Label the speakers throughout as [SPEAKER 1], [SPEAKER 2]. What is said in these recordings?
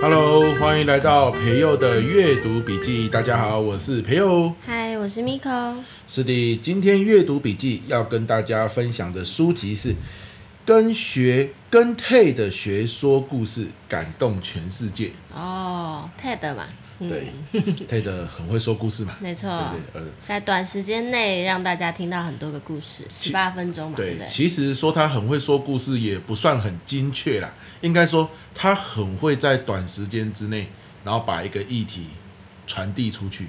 [SPEAKER 1] Hello，欢迎来到培佑的阅读笔记。大家好，我是培佑。
[SPEAKER 2] 嗨，我是 Miko。
[SPEAKER 1] 是的，今天阅读笔记要跟大家分享的书籍是《跟学跟 T 的学说故事感动全世界》。
[SPEAKER 2] 哦，TED 嘛，嗯哦
[SPEAKER 1] 对，，T 的很会说故事 嘛，
[SPEAKER 2] 没错
[SPEAKER 1] 对不对？呃，
[SPEAKER 2] 在短时间内让大家听到很多个故事，十八分钟嘛，对不
[SPEAKER 1] 对，
[SPEAKER 2] 对？
[SPEAKER 1] 其实说他很会说故事也不算很精确啦，应该说他很会在短时间之内，然后把一个议题传递出去。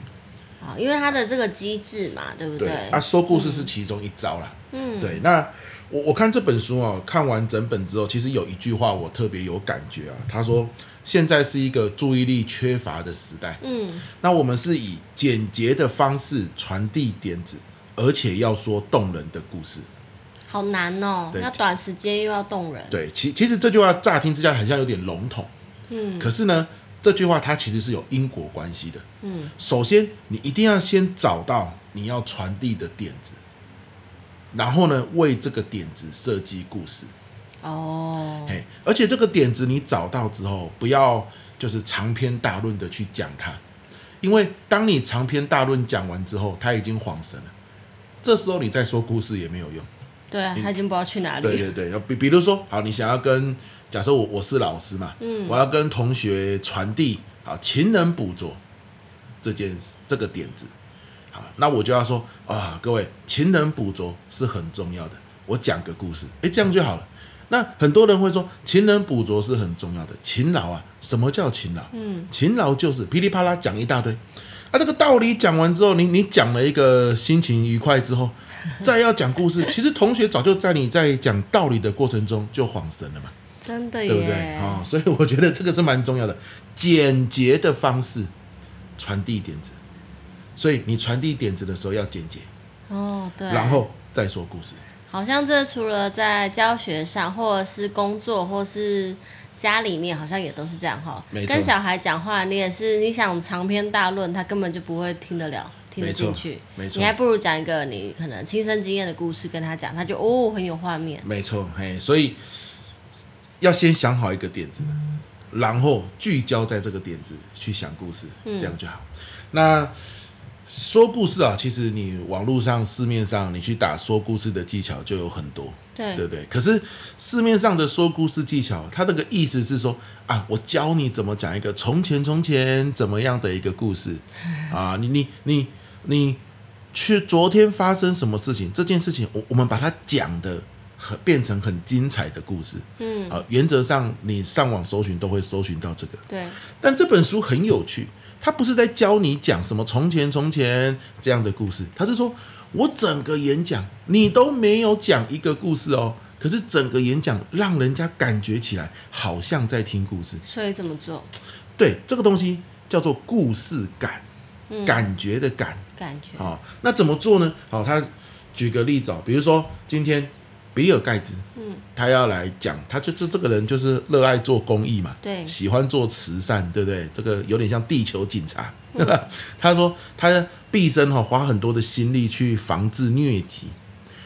[SPEAKER 2] 好，哦因为它的这个机制嘛，对不
[SPEAKER 1] 对
[SPEAKER 2] 对？，
[SPEAKER 1] 啊，说故事是其中一招啦。
[SPEAKER 2] 嗯，
[SPEAKER 1] 对，那我我看这本书哦，看完整本之后，其实有一句话我特别有感觉啊，他说现在是一个注意力缺乏的时代，
[SPEAKER 2] 嗯，
[SPEAKER 1] 那我们是以简洁的方式传递点子，而且要说动人的故事。
[SPEAKER 2] 好难哦，
[SPEAKER 1] 对
[SPEAKER 2] 要短时间又要动人，，
[SPEAKER 1] 对，其其实这句话乍听之下很像有点笼统，
[SPEAKER 2] 嗯
[SPEAKER 1] 可是呢，这句话它其实是有因果关系的。
[SPEAKER 2] 嗯，
[SPEAKER 1] 首先，你一定要先找到你要传递的点子，然后呢，为这个点子设计故事。
[SPEAKER 2] 哦，
[SPEAKER 1] 嘿，而且这个点子你找到之后，不要就是长篇大论的去讲它，因为当你长篇大论讲完之后，它已经恍神了。这时候你再说故事也没有用。
[SPEAKER 2] 对啊，他已经不知道去哪
[SPEAKER 1] 对
[SPEAKER 2] 里了，
[SPEAKER 1] 对对，比比如说，好，你想要跟，假设我我是老师嘛，
[SPEAKER 2] 嗯
[SPEAKER 1] 我要跟同学传递好勤能补拙这件事这个点子，好，那我就要说啊，各位勤能补拙是很重要的，我讲个故事，诶，这样就好了。那很多人会说勤能补拙是很重要的，勤劳啊，什么叫勤劳？
[SPEAKER 2] 嗯，
[SPEAKER 1] 勤劳就是噼里啪啦讲一大堆，啊，这个道理讲完之后，你你讲了一个心情愉快 之后，再要讲故事，其实同学早就在你在讲道理的过程中就恍神了嘛，
[SPEAKER 2] 真的
[SPEAKER 1] 对
[SPEAKER 2] 耶，
[SPEAKER 1] 不对？哦，所以我觉得这个是蛮重要的，简洁的方式传递点子，所以你传递点子的时候要简洁，
[SPEAKER 2] 哦，对，
[SPEAKER 1] 然后再说故事。
[SPEAKER 2] 好像这除了在教学上，或者是工作，或是家里面，好像也都是这样哈
[SPEAKER 1] 没。错
[SPEAKER 2] 跟小孩讲话，你也是你想长篇大论，他根本就不会听得了，听得进去。
[SPEAKER 1] 没错
[SPEAKER 2] 你还不如讲一个你可能亲身经验的故事跟他讲，他就哦很有画面。
[SPEAKER 1] 没错，嘿，所以要先想好一个点子，然后聚焦在这个点子去想故事，
[SPEAKER 2] 嗯
[SPEAKER 1] 这样就好。那说故事啊，其实你网络上、市面上，你去打说故事的技巧就有很多，
[SPEAKER 2] 对
[SPEAKER 1] 对不对？可是市面上的说故事技巧，它那个意思是说啊，我教你怎么讲一个从前从前怎么样的一个故 事啊，你你你你去昨天发生什么事情，这件事情我我们把它讲的很变成很精彩的故事
[SPEAKER 2] 嗯，
[SPEAKER 1] 啊，原则上你上网搜寻都会搜寻到这个，
[SPEAKER 2] 对，
[SPEAKER 1] 但这本书很有趣，它不是在教你讲什么从前从前这样的故事，它是说我整个演讲你都没有讲一个故事哦，可是整个演讲让人家感觉起来好像在听故事。
[SPEAKER 2] 所以怎么做？
[SPEAKER 1] 对，这个东西叫做故事感，
[SPEAKER 2] 嗯，
[SPEAKER 1] 感觉的感。
[SPEAKER 2] 感觉，
[SPEAKER 1] 好、那怎么做呢？好、他举个例子哦，比如说今天比尔盖茨，
[SPEAKER 2] 嗯，
[SPEAKER 1] 他要来讲，他就就这个人就是热爱做公益嘛，
[SPEAKER 2] 对
[SPEAKER 1] 喜欢做慈善，对不对？这个有点像地球警察。 他说他毕生哈、花很多的心力去防治疟疾。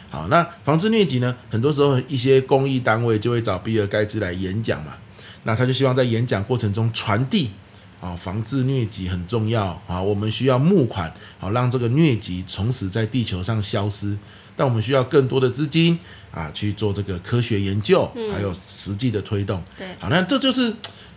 [SPEAKER 1] 好，那防治疟疾呢，很多时候一些公益单位就会找比尔盖茨来演讲嘛，那他就希望在演讲过程中传递。啊，防治疟疾很重要啊！我们需要募款，好、让这个疟疾从此在地球上消失。但我们需要更多的资金啊，去做这个科学研究，
[SPEAKER 2] 嗯
[SPEAKER 1] 还有实际的推动。
[SPEAKER 2] 对，
[SPEAKER 1] 好，那这就是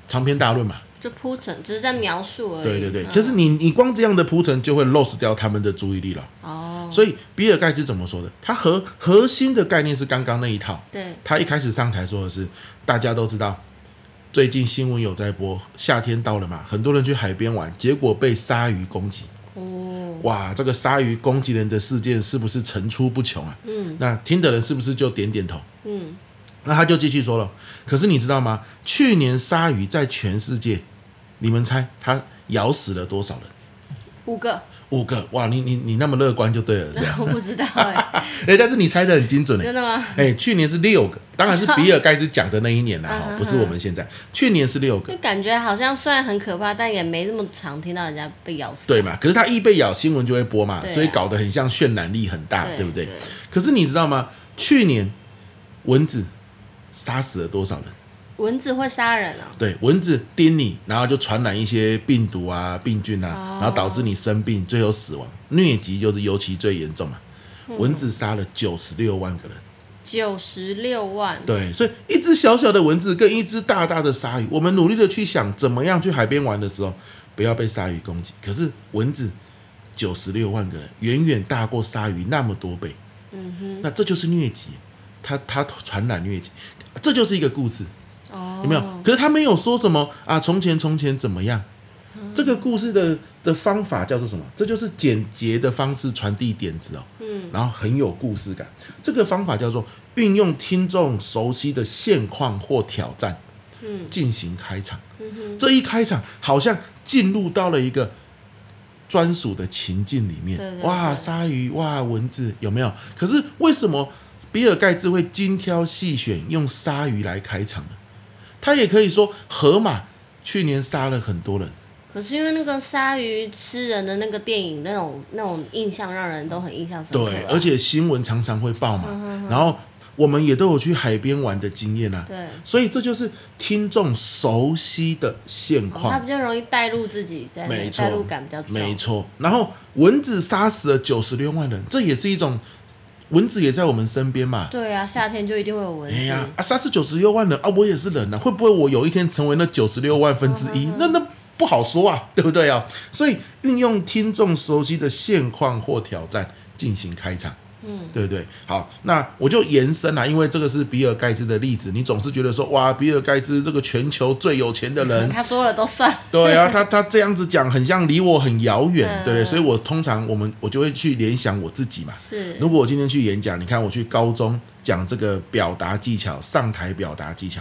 [SPEAKER 1] 长篇大论嘛。
[SPEAKER 2] 就铺陈，只是在描述而已。
[SPEAKER 1] 对对对，
[SPEAKER 2] 嗯
[SPEAKER 1] 可是你你光这样的铺陈就会 lose 掉他们的注意力了。
[SPEAKER 2] 哦，
[SPEAKER 1] 所以比尔盖茨怎么说的？他核核心的概念是刚刚那一套。
[SPEAKER 2] 对，
[SPEAKER 1] 他一开始上台说的是，大家都知道，最近新闻有在播，夏天到了嘛，很多人去海边玩，结果被鲨鱼攻击。
[SPEAKER 2] 哦，
[SPEAKER 1] 哇，这个鲨鱼攻击人的事件是不是层出不穷啊？
[SPEAKER 2] 嗯
[SPEAKER 1] 那听的人是不是就点点头？
[SPEAKER 2] 嗯，
[SPEAKER 1] 那他就继续说了，可是你知道吗？去年鲨鱼在全世界，你们猜它咬死了多少人？
[SPEAKER 2] 五个，
[SPEAKER 1] 五个，哇，你你你那么乐观就对了，是 啊吧？
[SPEAKER 2] 我不知道 哎，
[SPEAKER 1] 哎，但是你猜的很精准哎
[SPEAKER 2] 真，的吗？
[SPEAKER 1] 哎，去年是六个，当然是比尔盖茨讲的那一年啦，
[SPEAKER 2] 嗯
[SPEAKER 1] 哈，
[SPEAKER 2] 哼
[SPEAKER 1] 不是我们现在，去年是六个
[SPEAKER 2] 就，感觉好像虽然很可怕，但也没那么常听到人家被咬死。
[SPEAKER 1] 对嘛？可是他一被咬，新闻就会播嘛，
[SPEAKER 2] 对啊
[SPEAKER 1] 所以搞得很像渲染力很大，对不对
[SPEAKER 2] 对？？
[SPEAKER 1] 可是你知道吗？去年蚊子杀死了多少人？
[SPEAKER 2] 蚊子会杀人啊、
[SPEAKER 1] 对，蚊子叮你，然后就传染一些病毒啊、病菌啊
[SPEAKER 2] 哦，
[SPEAKER 1] 然后导致你生病，最后死亡。疟疾就是尤其最严重嘛，蚊子杀了九十六万个人。
[SPEAKER 2] 九十六万，
[SPEAKER 1] 对，所以一只小小的蚊子跟一只大大的鲨鱼，我们努力的去想怎么样去海边玩的时候，不要被鲨鱼攻击。可是蚊子九十六万个人，远远大过鲨鱼那么多倍，
[SPEAKER 2] 嗯
[SPEAKER 1] 那这就是疟疾，它它传染疟疾，这就是一个故事。
[SPEAKER 2] 哼，哦，
[SPEAKER 1] 有没有？可是他没有说什么啊，从前从前怎么样？这个故事的的方法叫做什么？这就是简洁的方式传递点子哦，
[SPEAKER 2] 嗯，
[SPEAKER 1] 然后很有故事感。这个方法叫做运用听众熟悉的现况或挑战
[SPEAKER 2] 嗯
[SPEAKER 1] 进行开场。
[SPEAKER 2] 嗯哼，
[SPEAKER 1] 这一开场好像进入到了一个专属的情境里面，
[SPEAKER 2] 对对
[SPEAKER 1] 哇，
[SPEAKER 2] 对
[SPEAKER 1] 鲨鱼，哇，蚊子，有没有？可是为什么比尔盖茨会精挑细选用鲨鱼来开场呢？他也可以说河马去年杀了很多人，
[SPEAKER 2] 可是因为那个鲨鱼吃人的那个电影，那种那种印象让人都很印象深刻啊、
[SPEAKER 1] 对，而且新闻常常会报嘛，
[SPEAKER 2] 嗯哼哼
[SPEAKER 1] 然后我们也都有去海边玩的经验啊。
[SPEAKER 2] 对，
[SPEAKER 1] 所以这就是听众熟悉的现
[SPEAKER 2] 哦
[SPEAKER 1] 况，
[SPEAKER 2] 它比较容易带入自己，在那
[SPEAKER 1] 没
[SPEAKER 2] 个
[SPEAKER 1] 错
[SPEAKER 2] 带入感比较重，
[SPEAKER 1] 没错，然后蚊子杀死了九十六万人，这也是一种蚊子也在我们身边嘛。
[SPEAKER 2] 对啊，夏天就一定会有蚊
[SPEAKER 1] 哎
[SPEAKER 2] 子，
[SPEAKER 1] 呀，啊，杀死九十六万人啊，我也是人啊，会不会我有一天成为那九十六万分之一
[SPEAKER 2] 嗯嗯？
[SPEAKER 1] 那那不好说啊， 对不对啊？所以运用听众熟悉的现况或挑战进行开场。
[SPEAKER 2] 嗯，
[SPEAKER 1] 对不对？好，那我就延伸啊啦，因为这个是比尔盖茨的例子，你总是觉得说，哇，比尔盖茨这个全球最有钱的人，
[SPEAKER 2] 嗯他说了都算，
[SPEAKER 1] 对 啊，他他这样子讲，很像离我很遥远，
[SPEAKER 2] 嗯
[SPEAKER 1] 对不对？所以我通常我们我就会去联想我自己嘛。
[SPEAKER 2] 是，
[SPEAKER 1] 如果我今天去演讲，你看我去高中讲这个表达技巧，上台表达技巧，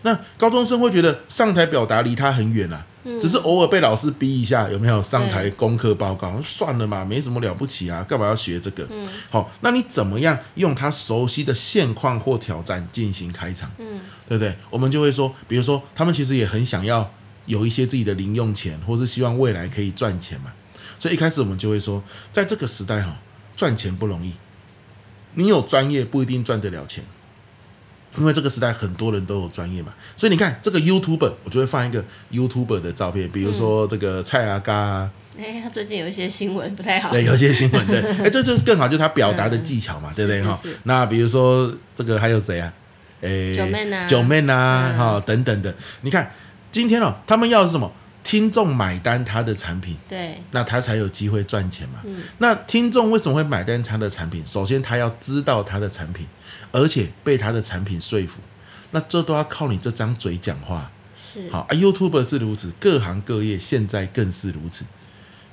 [SPEAKER 1] 那高中生会觉得上台表达离他很远啊，
[SPEAKER 2] 嗯
[SPEAKER 1] 只是偶尔被老师逼一下，有没有上台功课报告？算了嘛，没什么了不起啊，干嘛要学这个？
[SPEAKER 2] 嗯
[SPEAKER 1] 好，那你怎么样用他熟悉的现况或挑战进行开场？
[SPEAKER 2] 嗯
[SPEAKER 1] 对不对？我们就会说，比如说，他们其实也很想要有一些自己的零用钱，或是希望未来可以赚钱嘛。所以一开始我们就会说，在这个时代哈、赚钱不容易，你有专业不一定赚得了钱，因为这个时代很多人都有专业嘛。所以你看这个 YouTuber，我就会放一个 YouTuber 的照片，比如说这个蔡阿嘎啊，
[SPEAKER 2] 哎、他最近有一些新闻不太好，
[SPEAKER 1] 对，有一些新闻 对，哎，这就是更好，就是他表达的技巧嘛，
[SPEAKER 2] 嗯
[SPEAKER 1] 对不对
[SPEAKER 2] 是是
[SPEAKER 1] 哈
[SPEAKER 2] 是？
[SPEAKER 1] 那比如说这个还有谁啊？诶，
[SPEAKER 2] 九妹啊
[SPEAKER 1] 九妹啊，
[SPEAKER 2] 嗯
[SPEAKER 1] 哈、等等的。你看今天哦，他们要的是什么？听众买单他的产品，
[SPEAKER 2] 对，
[SPEAKER 1] 那他才有机会赚钱嘛。
[SPEAKER 2] 嗯
[SPEAKER 1] 那听众为什么会买单他的产品？首先，他要知道他的产品，而且被他的产品说服，那这都要靠你这张嘴讲话。
[SPEAKER 2] 是，
[SPEAKER 1] 好啊，YouTube 是如此，各行各业现在更是如此。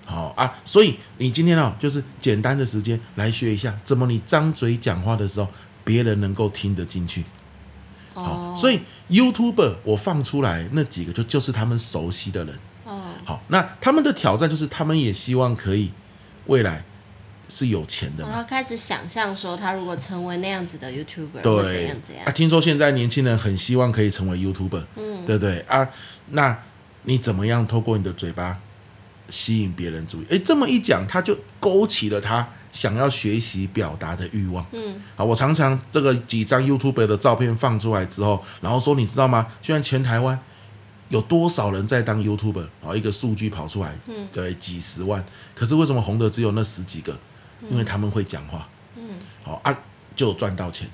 [SPEAKER 1] 好啊，所以你今天啊，就是简单的时间来学一下，怎么你张嘴讲话的时候，别人能够听得进去。好，
[SPEAKER 2] 哦，
[SPEAKER 1] 所以 YouTube 我放出来那几个就就是他们熟悉的人。
[SPEAKER 2] 哦，
[SPEAKER 1] 好，那他们的挑战就是他们也希望可以未来是有钱的
[SPEAKER 2] 然
[SPEAKER 1] 嘛。
[SPEAKER 2] 后开始想象说，他如果成为那样子的 YouTuber，会怎
[SPEAKER 1] 对
[SPEAKER 2] 样怎，样
[SPEAKER 1] 啊，，听说现在年轻人很希望可以成为 YouTuber。
[SPEAKER 2] 嗯，
[SPEAKER 1] 对不对啊？那你怎么样透过你的嘴巴吸引别人注意？诶，这么一讲，他就勾起了他想要学习表达的欲望。
[SPEAKER 2] 嗯，
[SPEAKER 1] 啊，我常常这个几张 YouTube 的照片放出来之后，然后说你知道吗？现在全台湾有多少人在当 YouTuber？然后一个数据跑出来，
[SPEAKER 2] 嗯
[SPEAKER 1] 对，几十万。可是为什么红的只有那十几个？因为他们会讲话。
[SPEAKER 2] 嗯，
[SPEAKER 1] 好啊，就赚到钱。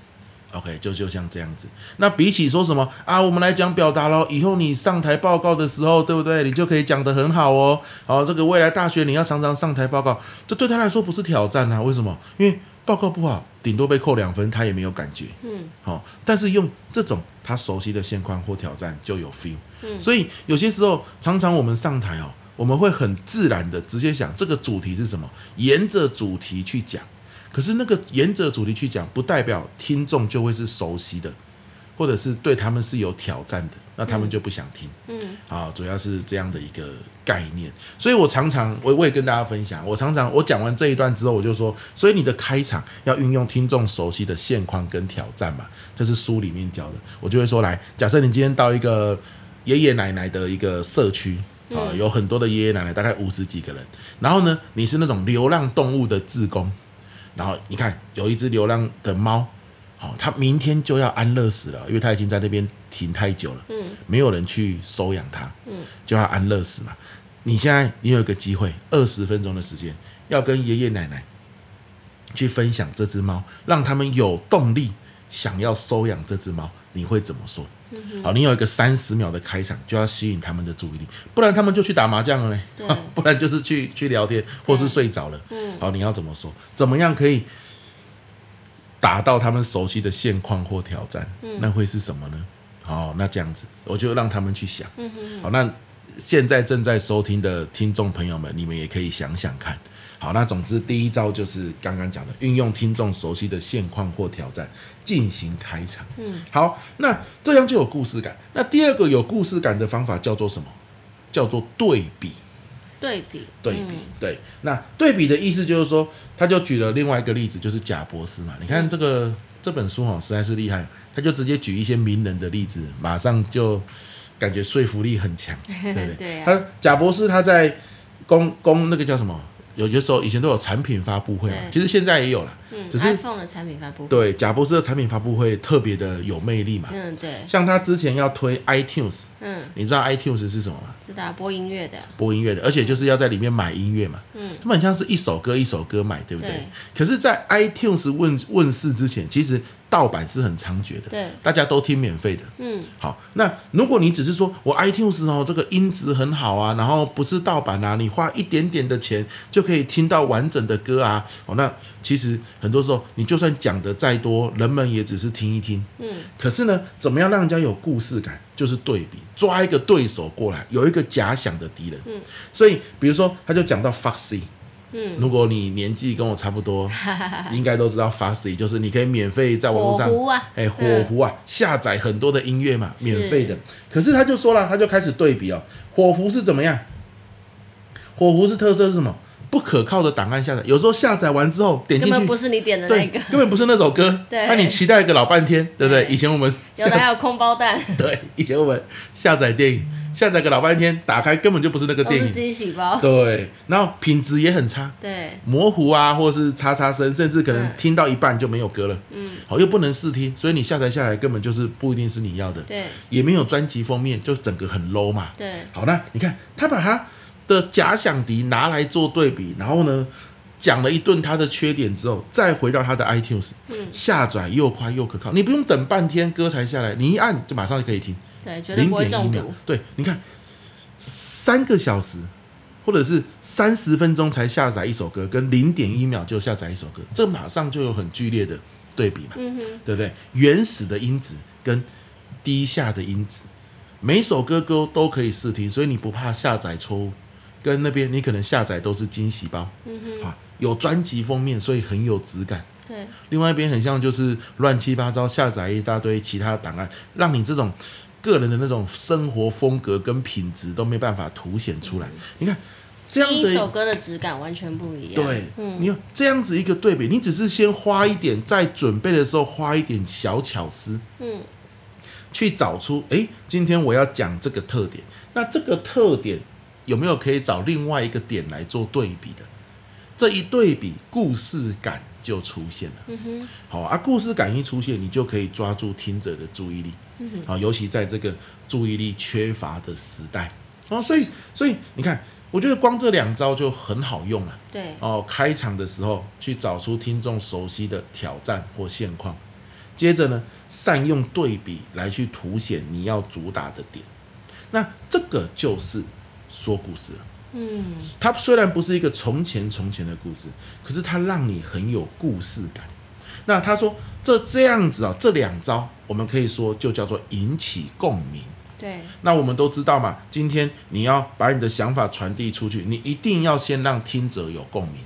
[SPEAKER 1] OK，就就像这样子。那比起说什么啊，我们来讲表达咯，以后你上台报告的时候，对不对？你就可以讲得很好哦。好、这个未来大学你要常常上台报告，这对他来说不是挑战啊。为什么？因为报告不好，顶多被扣两分，他也没有感觉。
[SPEAKER 2] 嗯，
[SPEAKER 1] 好、但是用这种他熟悉的现况或挑战就有 feel。
[SPEAKER 2] 嗯
[SPEAKER 1] 所以有些时候，常常我们上台哦，我们会很自然的直接想这个主题是什么，沿着主题去讲。可是那个沿着主题去讲，不代表听众就会是熟悉的，或者是对他们是有挑战的，那他们
[SPEAKER 2] 嗯
[SPEAKER 1] 就不想听。
[SPEAKER 2] 嗯
[SPEAKER 1] 啊，主要是这样的一个概念，所以我常常我我也跟大家分享，我常常我讲完这一段之后，我就说，所以你的开场要运用听众熟悉的现况跟挑战嘛，这是书里面教的。我就会说，来，假设你今天到一个爷爷奶奶的一个社区啊，
[SPEAKER 2] 嗯
[SPEAKER 1] 有很多的爷爷奶奶，大概五十几个人，然后呢，你是那种流浪动物的志工，然后你看有一只流浪的猫，好、它明天就要安乐死了，因为它已经在那边停太久了。
[SPEAKER 2] 嗯
[SPEAKER 1] 没有人去收养它，
[SPEAKER 2] 嗯
[SPEAKER 1] 就要安乐死嘛。你现在你有一个机会，二十分钟的时间，要跟爷爷奶奶去分享这只猫，让他们有动力想要收养这只猫，你会怎么说？
[SPEAKER 2] 嗯哼，
[SPEAKER 1] 好，你有一个三十秒的开场，就要吸引他们的注意力，不然他们就去打麻将了嘞
[SPEAKER 2] 对，
[SPEAKER 1] 不然就是去去聊天，或是睡着了。
[SPEAKER 2] 嗯
[SPEAKER 1] 好，你要怎么说？怎么样可以达到他们熟悉的现况或挑战？
[SPEAKER 2] 嗯
[SPEAKER 1] 那会是什么呢？好，那这样子，我就让他们去想。
[SPEAKER 2] 嗯哼，
[SPEAKER 1] 好，那现在正在收听的听众朋友们，你们也可以想想看。好，那总之第一招就是刚刚讲的，运用听众熟悉的现况或挑战进行开场。
[SPEAKER 2] 嗯
[SPEAKER 1] 好，那这样就有故事感。那第二个有故事感的方法叫做什么？叫做对比。
[SPEAKER 2] 对比
[SPEAKER 1] 对比、
[SPEAKER 2] 嗯
[SPEAKER 1] 对，那对比的意思就是说，他就举了另外一个例子，就是贾博士嘛。你
[SPEAKER 2] 嗯
[SPEAKER 1] 看这个这本书哈、实在是厉害，他就直接举一些名人的例子，马上就感觉说服力很 强，对不对？
[SPEAKER 2] 对啊
[SPEAKER 1] 他贾博士他在公公那个叫什么？有些时候以前都有产品发布会嘛，
[SPEAKER 2] 对
[SPEAKER 1] 其实现在也有啦。
[SPEAKER 2] 嗯
[SPEAKER 1] 只是
[SPEAKER 2] ，iPhone 的产品发布，
[SPEAKER 1] 对贾博士的产品发布会特别的有魅力嘛，
[SPEAKER 2] 嗯对，
[SPEAKER 1] 像他之前要推 iTunes，
[SPEAKER 2] 嗯，
[SPEAKER 1] 你知道 iTunes 是什么吗？
[SPEAKER 2] 知道播音乐的，
[SPEAKER 1] 播音乐的，而且就是要在里面买音乐嘛。
[SPEAKER 2] 嗯
[SPEAKER 1] 他们很像是一首歌一首歌买，对不对？
[SPEAKER 2] 对
[SPEAKER 1] 可是，在 iTunes 问问世之前，其实盗版是很猖獗的，
[SPEAKER 2] 对，
[SPEAKER 1] 大家都听免费的。
[SPEAKER 2] 嗯
[SPEAKER 1] 好，那如果你只是说我 iTunes 哦，这个音质很好啊，然后不是盗版啊，你花一点点的钱就可以听到完整的歌啊，哦，那其实很多时候你就算讲的再多，人们也只是听一听。
[SPEAKER 2] 嗯
[SPEAKER 1] 可是呢，怎么样让人家有故事感？就是对比，抓一个对手过来，有一个假想的敌人。
[SPEAKER 2] 嗯，
[SPEAKER 1] 所以比如说，他就讲到 Foxy，
[SPEAKER 2] 嗯，
[SPEAKER 1] 如果你年纪跟我差不多， 你应该都知道 Fastly，就是你可以免费在网络上
[SPEAKER 2] 火，狐啊，
[SPEAKER 1] 哎，火
[SPEAKER 2] 嗯
[SPEAKER 1] 狐啊，下载很多的音乐嘛，
[SPEAKER 2] 是
[SPEAKER 1] 免费的。可是他就说了，他就开始对比哦，火狐是怎么样？火狐是特色是什么？不可靠的档案下载，有时候下载完之后点
[SPEAKER 2] 根
[SPEAKER 1] 进
[SPEAKER 2] 本不
[SPEAKER 1] 去。
[SPEAKER 2] 是你点的
[SPEAKER 1] 对
[SPEAKER 2] 那，个，
[SPEAKER 1] 根本不是那首歌，
[SPEAKER 2] 对
[SPEAKER 1] 那你期待个老半天，对不对？
[SPEAKER 2] 对
[SPEAKER 1] 以前我们
[SPEAKER 2] 有的还有空包蛋，
[SPEAKER 1] 对，以前我们下载电影，下载个老半天，打开根本就不是那个
[SPEAKER 2] 都
[SPEAKER 1] 电
[SPEAKER 2] 是
[SPEAKER 1] 影，
[SPEAKER 2] 惊喜包，
[SPEAKER 1] 对，然后品质也很差，
[SPEAKER 2] 对，
[SPEAKER 1] 模糊啊，或是叉叉声，甚至可能
[SPEAKER 2] 嗯
[SPEAKER 1] 听到一半就没有歌了，
[SPEAKER 2] 嗯
[SPEAKER 1] 好、又不能试听，所以你下载下来根本就是不一定是你要的，
[SPEAKER 2] 对
[SPEAKER 1] 也没有专辑封面，就整个很 low 嘛。
[SPEAKER 2] 对，
[SPEAKER 1] 好，那你看他把他的假想敌拿来做对比，然后呢讲了一顿他的缺点之后，再回到他的 iTunes
[SPEAKER 2] 嗯
[SPEAKER 1] 下载又快又可靠，你不用等半天歌才下来，你一按就马上就可以听。
[SPEAKER 2] 对，绝对
[SPEAKER 1] 零
[SPEAKER 2] 不会
[SPEAKER 1] 点啊一
[SPEAKER 2] 中
[SPEAKER 1] 秒
[SPEAKER 2] 毒，。
[SPEAKER 1] 对，你看，三个小时或者是三十分钟才下载一首歌，跟零点一秒就下载一首歌，这马上就有很剧烈的对比嘛，
[SPEAKER 2] 嗯哼，
[SPEAKER 1] 对不对？原始的音质跟低下的音质，每首歌歌都可以试听，所以你不怕下载错误。跟那边你可能下载都是惊喜包
[SPEAKER 2] 嗯哼，
[SPEAKER 1] 啊，有专辑封面，所以很有质感。
[SPEAKER 2] 对，
[SPEAKER 1] 另外一边很像就是乱七八糟下载一大堆其他档案，让你这种个人的那种生活风格跟品质都没办法凸显出来。你看这样
[SPEAKER 2] 嗯第一
[SPEAKER 1] 的。
[SPEAKER 2] 首歌的质感完全不一样，
[SPEAKER 1] 对，你
[SPEAKER 2] 嗯
[SPEAKER 1] 有这样子一个对比，你只是先花一点，在准备的时候花一点小巧思，
[SPEAKER 2] 嗯
[SPEAKER 1] 去找出，诶，今天我要讲这个特点，那这个特点有没有可以找另外一个点来做对比的？这一对比，故事感就出现了。
[SPEAKER 2] 嗯哼，
[SPEAKER 1] 好啊，故事感一出现，你就可以抓住听者的注意力。
[SPEAKER 2] 嗯哼，
[SPEAKER 1] 好，尤其在这个注意力缺乏的时代，哦，所以所以你看，我觉得光这两招就很好用了、
[SPEAKER 2] 对，
[SPEAKER 1] 哦，开场的时候去找出听众熟悉的挑战或现况，接着呢，善用对比来去凸显你要主打的点。那这个就是说故事了。
[SPEAKER 2] 嗯
[SPEAKER 1] 它虽然不是一个从前从前的故事，可是它让你很有故事感。那他说这这样子啊、这两招我们可以说就叫做引起共鸣。
[SPEAKER 2] 对，
[SPEAKER 1] 那我们都知道嘛，今天你要把你的想法传递出去，你一定要先让听者有共鸣，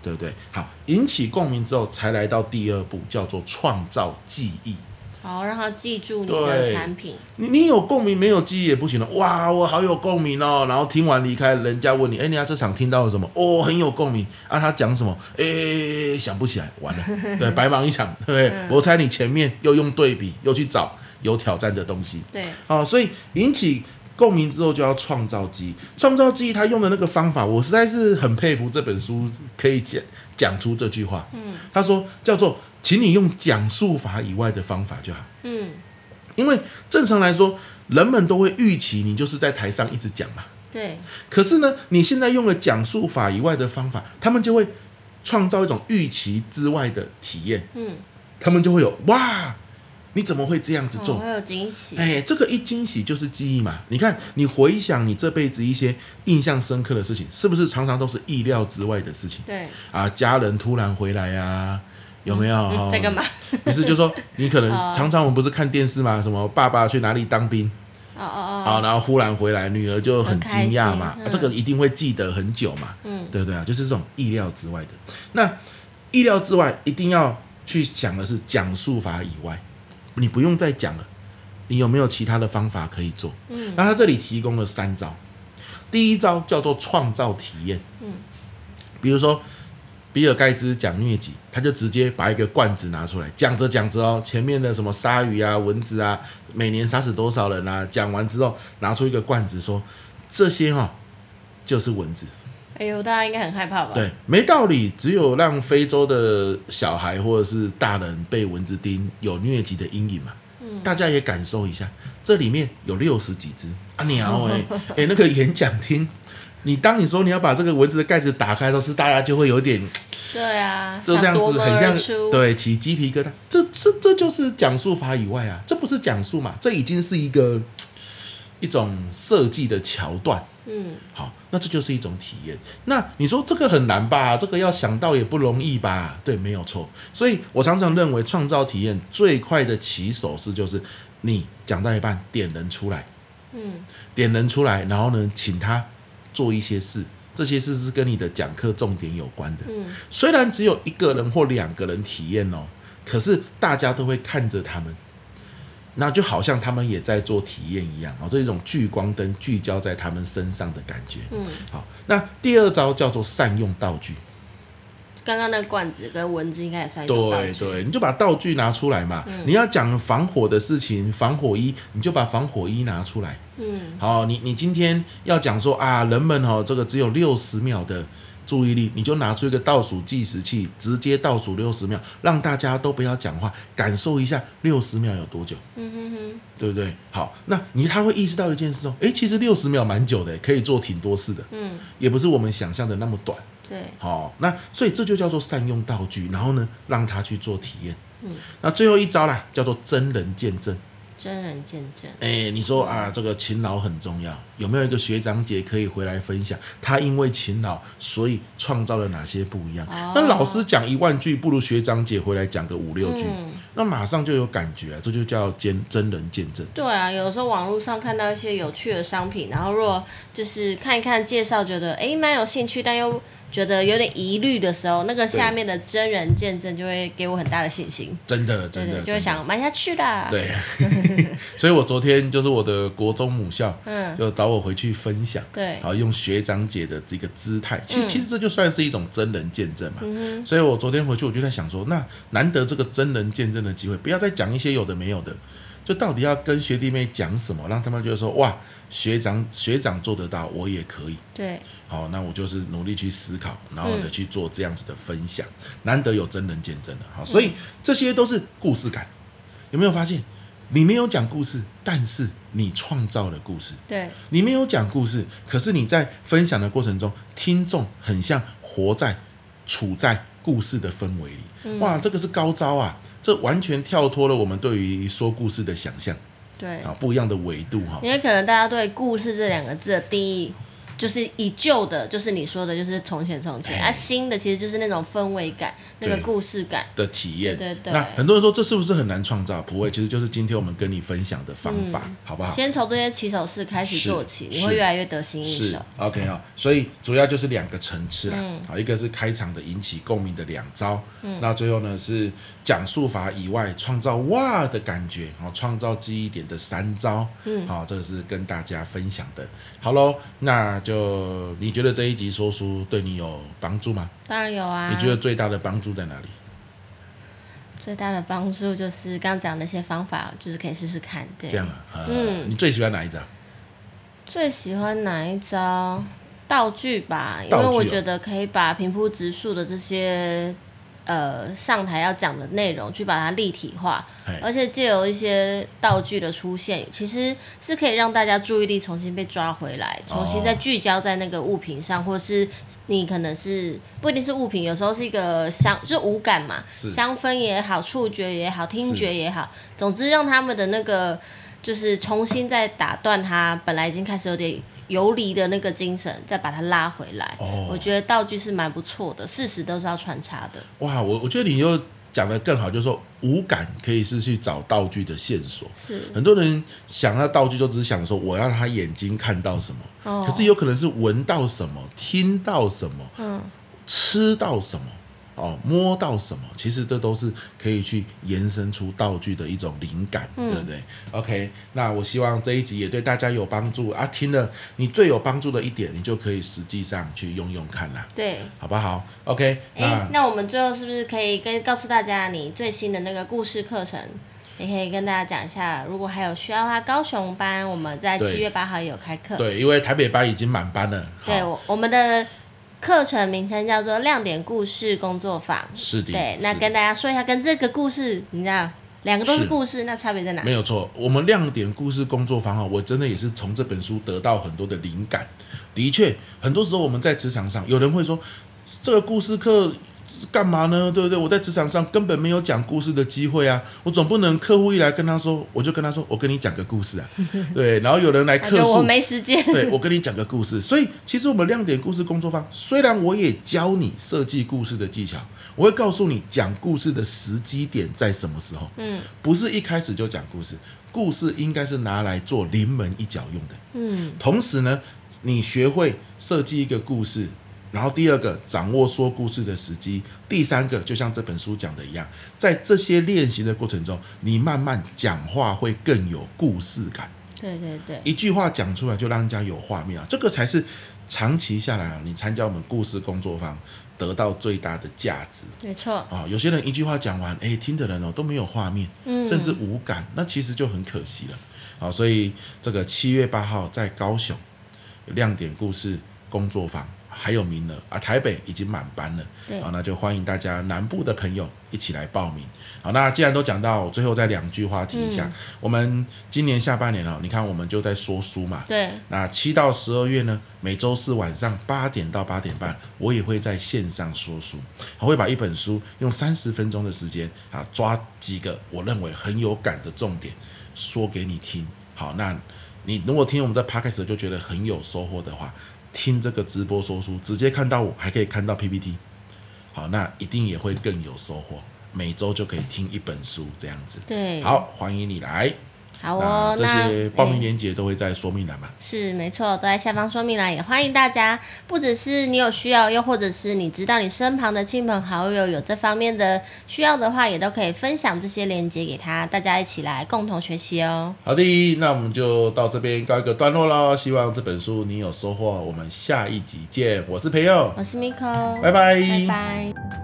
[SPEAKER 1] 对不对？好，引起共鸣之后，才来到第二步，叫做创造记忆。
[SPEAKER 2] 好让他记住你的
[SPEAKER 1] 对
[SPEAKER 2] 产品，
[SPEAKER 1] 你你有共鸣没有记忆也不行了。哇，我好有共鸣哦！然后听完离开，人家问你，哎，你啊这场听到了什么？哦，很有共鸣啊！他讲什么？哎，想不起来，完了，对，白忙一场，对不对？我猜你前面又用对比，又去找有挑战的东西，
[SPEAKER 2] 对，
[SPEAKER 1] 哦，所以引起共鸣之后就要创造记忆，创造记忆他用的那个方法，我实在是很佩服这本书可以讲讲出这句话。
[SPEAKER 2] 嗯
[SPEAKER 1] 他说叫做，请你用讲述法以外的方法就好。
[SPEAKER 2] 嗯，
[SPEAKER 1] 因为正常来说，人们都会预期你就是在台上一直讲嘛。
[SPEAKER 2] 对，
[SPEAKER 1] 可是呢，你现在用了讲述法以外的方法，他们就会创造一种预期之外的体验，
[SPEAKER 2] 嗯，
[SPEAKER 1] 他们就会有哇，你怎么会这样子
[SPEAKER 2] 哦
[SPEAKER 1] 做？
[SPEAKER 2] 会有惊喜，
[SPEAKER 1] 哎，这个一惊喜就是记忆嘛。你看，你回想你这辈子一些印象深刻的事情，是不是常常都是意料之外的事情
[SPEAKER 2] 对，
[SPEAKER 1] 啊？家人突然回来呀、啊，有没有？
[SPEAKER 2] 嗯
[SPEAKER 1] 哦
[SPEAKER 2] 在干嘛？
[SPEAKER 1] 不是，就说你可能
[SPEAKER 2] 哦
[SPEAKER 1] 常常我们不是看电视嘛，什么爸爸去哪里当兵
[SPEAKER 2] 哦哦
[SPEAKER 1] 啊，
[SPEAKER 2] 哦，
[SPEAKER 1] 然后忽然回来，女儿就很
[SPEAKER 2] 很开
[SPEAKER 1] 惊
[SPEAKER 2] 心
[SPEAKER 1] 讶嘛，
[SPEAKER 2] 嗯
[SPEAKER 1] 啊这个一定会记得很久嘛，
[SPEAKER 2] 嗯，
[SPEAKER 1] 对不对啊？就是这种意料之外的。那意料之外一定要去想的是讲述法以外，你不用再讲了，你有没有其他的方法可以做？
[SPEAKER 2] 嗯
[SPEAKER 1] 那他这里提供了三招，第一招叫做创造体验，
[SPEAKER 2] 嗯，
[SPEAKER 1] 比如说比尔盖茨讲疟疾，他就直接把一个罐子拿出来，讲着讲着哦，前面的什么鲨鱼啊、蚊子啊，每年杀死多少人啊，讲完之后拿出一个罐子说，这些哈、哦、就是蚊子，
[SPEAKER 2] 哎呦，大家应该很害怕吧？，
[SPEAKER 1] 对，没道理，只有让非洲的小孩或者是大人被蚊子叮有疟疾的阴影嘛。
[SPEAKER 2] 嗯，
[SPEAKER 1] 大家也感受一下，这里面有六十几只啊鸟哎、欸、哎、那个演讲厅，你当你说你要把这个蚊子的盖子打开的时候，是大家就会有点
[SPEAKER 2] 对啊，
[SPEAKER 1] 就这样
[SPEAKER 2] 想夺
[SPEAKER 1] 子，
[SPEAKER 2] 门
[SPEAKER 1] 很像
[SPEAKER 2] 而出，
[SPEAKER 1] 对起鸡皮疙瘩。这这这就是讲述法以外啊，这不是讲述嘛，这已经是一个一种设计的桥段。
[SPEAKER 2] 嗯，
[SPEAKER 1] 好，那这就是一种体验。那你说这个很难吧？这个要想到也不容易吧？对，没有错。所以我常常认为，创造体验最快的起手式就是你讲到一半点人出来，
[SPEAKER 2] 嗯
[SPEAKER 1] 点人出来，然后呢，请他做一些事，这些事是跟你的讲课重点有关的。
[SPEAKER 2] 嗯，
[SPEAKER 1] 虽然只有一个人或两个人体验哦，可是大家都会看着他们，那就好像他们也在做体验一样哦，这是一种聚光灯聚焦在他们身上的感觉。
[SPEAKER 2] 嗯，
[SPEAKER 1] 好，那第二招叫做善用道具。
[SPEAKER 2] 刚刚那个罐子跟蚊子应该也算一种道
[SPEAKER 1] 对
[SPEAKER 2] 具嗯
[SPEAKER 1] 对，你就把道具拿出来嘛。你要讲防火的事情，防火衣，你就把防火衣拿出来。
[SPEAKER 2] 嗯
[SPEAKER 1] 好，你你今天要讲说啊，人们哦，这个只有六十秒的注意力，你就拿出一个倒数计时器，直接倒数六十秒，让大家都不要讲话，感受一下六十秒有多久。
[SPEAKER 2] 嗯哼哼，
[SPEAKER 1] 对不对？好，那你他会意识到一件事哦，诶，其实六十秒蛮久的，可以做挺多事的，
[SPEAKER 2] 嗯，
[SPEAKER 1] 也不是我们想象的那么短。
[SPEAKER 2] 对，
[SPEAKER 1] 好、那所以这就叫做善用道具，然后呢，让他去做体验。
[SPEAKER 2] 嗯，
[SPEAKER 1] 那最后一招啦，叫做真人见证。
[SPEAKER 2] 真人见证，
[SPEAKER 1] 哎，你说啊，这个勤劳很重要，有没有一个学长姐可以回来分享？他因为勤劳，所以创造了哪些不一样？
[SPEAKER 2] 哦
[SPEAKER 1] 那老师讲一万句，不如学长姐回来讲个五六句，
[SPEAKER 2] 嗯，
[SPEAKER 1] 那马上就有感觉啊，这就叫见真人见证。
[SPEAKER 2] 对啊，有时候网络上看到一些有趣的商品，然后如果就是看一看介绍，觉得诶蛮有兴趣，但又觉得有点疑虑的时候，那个下面的真人见证就会给我很大的信心，
[SPEAKER 1] 真的，
[SPEAKER 2] 对
[SPEAKER 1] 真的，
[SPEAKER 2] 对，就
[SPEAKER 1] 真的
[SPEAKER 2] 会想买下去啦。，
[SPEAKER 1] 对， 所以我昨天就是我的国中母校，
[SPEAKER 2] 嗯，
[SPEAKER 1] 就找我回去分享。
[SPEAKER 2] 对，
[SPEAKER 1] 好，用学长姐的这个姿态，其实
[SPEAKER 2] 嗯
[SPEAKER 1] 其实这就算是一种真人见证嘛。
[SPEAKER 2] 嗯
[SPEAKER 1] 所以我昨天回去我就在想说，那难得这个真人见证的机会，不要再讲一些有的没有的，就到底要跟学弟妹讲什么，让他们觉得说，哇，学长学长做得到，我也可以。
[SPEAKER 2] 哼，对，
[SPEAKER 1] 好，那我就是努力去思考，然后呢
[SPEAKER 2] 嗯
[SPEAKER 1] 去做这样子的分享，难得有真人见证了。好，所以这些都是故事感，有没有发现？你没有讲故事，但是你创造了故事。
[SPEAKER 2] 对，
[SPEAKER 1] 你没有讲故事，可是你在分享的过程中，听众很像活在、处在故事的氛围里。
[SPEAKER 2] 嗯
[SPEAKER 1] 哇，这个是高招啊！这完全跳脱了我们对于说故事的想象
[SPEAKER 2] 对。
[SPEAKER 1] 啊，不一样的维度哈、
[SPEAKER 2] 因为可能大家对“故事”这两个字的定义就是以旧的，就是你说的，就是从前从前、
[SPEAKER 1] 哎
[SPEAKER 2] 啊，新的其实就是那种氛围感，那个
[SPEAKER 1] 对
[SPEAKER 2] 故事感，
[SPEAKER 1] 的体验。
[SPEAKER 2] 对对对
[SPEAKER 1] 那很多人说这是不是很难创造？不会，其实就是今天我们跟你分享的方法，
[SPEAKER 2] 嗯
[SPEAKER 1] 好不好？
[SPEAKER 2] 先从这些起手式开始
[SPEAKER 1] 是
[SPEAKER 2] 做起，你
[SPEAKER 1] 啊是
[SPEAKER 2] 会越来越得心应
[SPEAKER 1] 是
[SPEAKER 2] 手。
[SPEAKER 1] OK 哦，所以主要就是两个层次啦
[SPEAKER 2] 嗯。
[SPEAKER 1] 好、一个是开场的引起共鸣的两招，
[SPEAKER 2] 嗯
[SPEAKER 1] 那最后呢是讲述法以外创造哇的感觉，好、创造记忆点的三招。
[SPEAKER 2] 嗯
[SPEAKER 1] 好、这个是跟大家分享的。好喽，那就你觉得这一集说书对你有帮助吗？
[SPEAKER 2] 当然有啊。
[SPEAKER 1] 你觉得最大的帮助在哪里？
[SPEAKER 2] 最大的帮助就是刚讲那些方法，就是可以试试看。对，
[SPEAKER 1] 这样啊，呃
[SPEAKER 2] 嗯
[SPEAKER 1] 你最喜欢哪一招？
[SPEAKER 2] 最喜欢哪一招？道具吧，因
[SPEAKER 1] 道具
[SPEAKER 2] 为
[SPEAKER 1] 哦
[SPEAKER 2] 我觉得可以把平铺直述的这些呃上台要讲的内容去把它立体化，
[SPEAKER 1] 嘿
[SPEAKER 2] 而且借由一些道具的出现，其实是可以让大家注意力重新被抓回来，重新
[SPEAKER 1] 哦
[SPEAKER 2] 再聚焦在那个物品上，或是你可能是不一定是物品，有时候是一个香，就五感嘛，
[SPEAKER 1] 是
[SPEAKER 2] 香氛也好，触觉也好，听
[SPEAKER 1] 是
[SPEAKER 2] 觉也好，总之让他们的那个就是重新再打断他本来已经开始有点游离的那个精神，再把它拉回来。
[SPEAKER 1] 哦
[SPEAKER 2] 我觉得道具是蛮不错的，事实都是要穿插的。
[SPEAKER 1] 哇，我我觉得你又讲得更好，就是说无感可以是去找道具的线索。
[SPEAKER 2] 是，
[SPEAKER 1] 很多人想要道具，就只是想说我要让他眼睛看到什么，
[SPEAKER 2] 哦
[SPEAKER 1] 可是有可能是闻到什么、听到什么、
[SPEAKER 2] 嗯，
[SPEAKER 1] 吃到什么。哦，摸到什么，其实这都是可以去延伸出道具的一种灵感，
[SPEAKER 2] 嗯
[SPEAKER 1] 对不对？OK，那我希望这一集也对大家有帮助啊。听了你最有帮助的一点，你就可以实际上去用用看啦，
[SPEAKER 2] 对。
[SPEAKER 1] 好不好？OK，
[SPEAKER 2] 哎、那我们最后是不是可以跟告诉大家你最新的那个故事课程？也可以跟大家讲一下，如果还有需要的话，高雄班我们在
[SPEAKER 1] 对
[SPEAKER 2] 七月八号也有开课。
[SPEAKER 1] 对，因为台北班已经满班了。
[SPEAKER 2] 对，
[SPEAKER 1] 好
[SPEAKER 2] 我我们的课程名称叫做“亮点故事工作坊”。
[SPEAKER 1] 是的。
[SPEAKER 2] 对，那
[SPEAKER 1] 是的
[SPEAKER 2] 跟大家说一下，跟这个故事，你知道，两个都是
[SPEAKER 1] 是
[SPEAKER 2] 故事，那差别在哪？
[SPEAKER 1] 没有错，我们亮点故事工作坊啊，我真的也是从这本书得到很多的灵感。的确，很多时候我们在职场上，有人会说这个故事课。干嘛呢？对不对？我在职场上根本没有讲故事的机会啊！我总不能客户一来跟他说，我就跟他说，我跟你讲个故事啊。对，然后有人来
[SPEAKER 2] 感
[SPEAKER 1] 客
[SPEAKER 2] 觉我
[SPEAKER 1] 诉，
[SPEAKER 2] 没时间。
[SPEAKER 1] 对，我跟你讲个故事。所以，其实我们亮点故事工作坊，虽然我也教你设计故事的技巧，我会告诉你讲故事的时机点在什么时候，
[SPEAKER 2] 嗯
[SPEAKER 1] 不是一开始就讲故事。故事应该是拿来做临门一脚用的。
[SPEAKER 2] 嗯，
[SPEAKER 1] 同时呢，你学会设计一个故事，然后第二个掌握说故事的时机，第三个就像这本书讲的一样，在这些练习的过程中，你慢慢讲话会更有故事感。
[SPEAKER 2] 对对对，
[SPEAKER 1] 一句话讲出来就让人家有画面啊，这个才是长期下来啊，你参加我们故事工作坊得到最大的价值
[SPEAKER 2] 没错。
[SPEAKER 1] 啊、有些人一句话讲完，哎，听的人哦都没有画面，
[SPEAKER 2] 嗯，
[SPEAKER 1] 甚至无感，那其实就很可惜了。好、所以这个七月八号在高雄亮点故事工作坊还有名额啊，台北已经满班了。
[SPEAKER 2] 对
[SPEAKER 1] 好，那就欢迎大家南部的朋友一起来报名。好，那既然都讲到，我最后再两句话提一下，
[SPEAKER 2] 嗯
[SPEAKER 1] 我们今年下半年哦，你看我们就在说书嘛。
[SPEAKER 2] 对，
[SPEAKER 1] 那七到十二月呢，每周四晚上八点到八点半，我也会在线上说书，我会把一本书用三十分钟的时间啊，抓几个我认为很有感的重点说给你听。好，那你如果听我们在 podcast 就觉得很有收获的话，听这个直播说书，直接看到我，还可以看到 PPT。好，那一定也会更有收获。每周就可以听一本书这样子。
[SPEAKER 2] 对
[SPEAKER 1] 好，欢迎你来。
[SPEAKER 2] 嗯好哦，
[SPEAKER 1] 那
[SPEAKER 2] 那
[SPEAKER 1] 这些报名
[SPEAKER 2] 哎
[SPEAKER 1] 链接都会在说明栏嘛。
[SPEAKER 2] 是没错，都在下方说明栏，也欢迎大家，不只是你有需要，又或者是你知道你身旁的亲朋好友有这方面的需要的话，也都可以分享这些链接给他，大家一起来共同学习哦。
[SPEAKER 1] 好的，那我们就到这边告一个段落喽。希望这本书你有收获，我们下一集见。我是培佑，
[SPEAKER 2] 我是 Miko，
[SPEAKER 1] 拜拜
[SPEAKER 2] 拜拜。